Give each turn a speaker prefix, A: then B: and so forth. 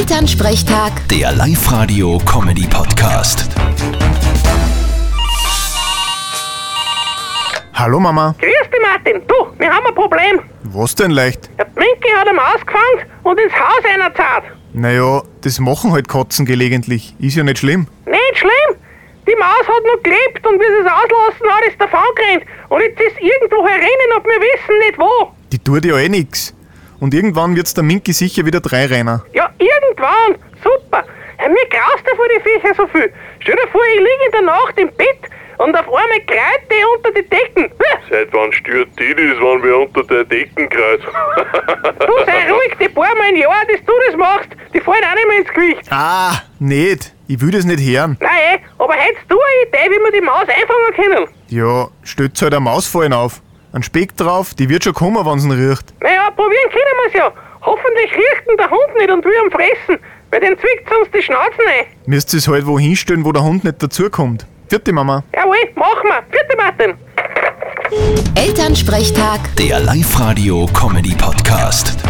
A: Elternsprechtag,
B: Der Live-Radio-Comedy-Podcast.
C: Hallo Mama,
D: Grüß dich, Martin. Du, wir haben ein Problem.
C: was denn leicht?
D: Der Minky hat eine Maus gefangen und ins Haus einer zart.
C: Naja, das machen halt Katzen gelegentlich, ist ja nicht schlimm.
D: Nicht schlimm. Die Maus hat noch gelebt und wie sie es auslassen hat, ist davon gerannt. Und jetzt ist irgendwo herinnen und wir wissen nicht wo.
C: Die tut ja eh nix. Und irgendwann wird's der Minki sicher wieder drei reiner.
D: Ja, irgendwann. Super. Ja, mir graust ja vor die Viecher so viel. Stell dir vor, ich liege in der Nacht im Bett und auf einmal kreit die unter die Decken. Hä?
E: Seit wann stört die das, wenn wir unter der Decken kreisen?
D: Du sei ruhig, die paar Mal im Jahr, dass du das machst, die fallen auch nicht mehr ins Gewicht.
C: Ah, nicht, ich will das nicht hören.
D: Nein, eh, aber hättest du eine Idee, wie wir die Maus einfangen können?
C: Ja, stellt's halt eine Mausfallen auf. Ein Speck drauf, die wird schon kommen, wenn's ihn riecht.
D: Naja, probieren können wir's ja. Hoffentlich riecht ihn der Hund nicht und will ihn fressen, weil den zwickt uns die Schnauzen ein.
C: Müsst es halt wo hinstellen, wo der Hund nicht dazukommt. Vierte Mama.
D: Jawohl, machen wir. Vierte Martin.
A: Elternsprechtag.
B: Der Live-Radio-Comedy-Podcast.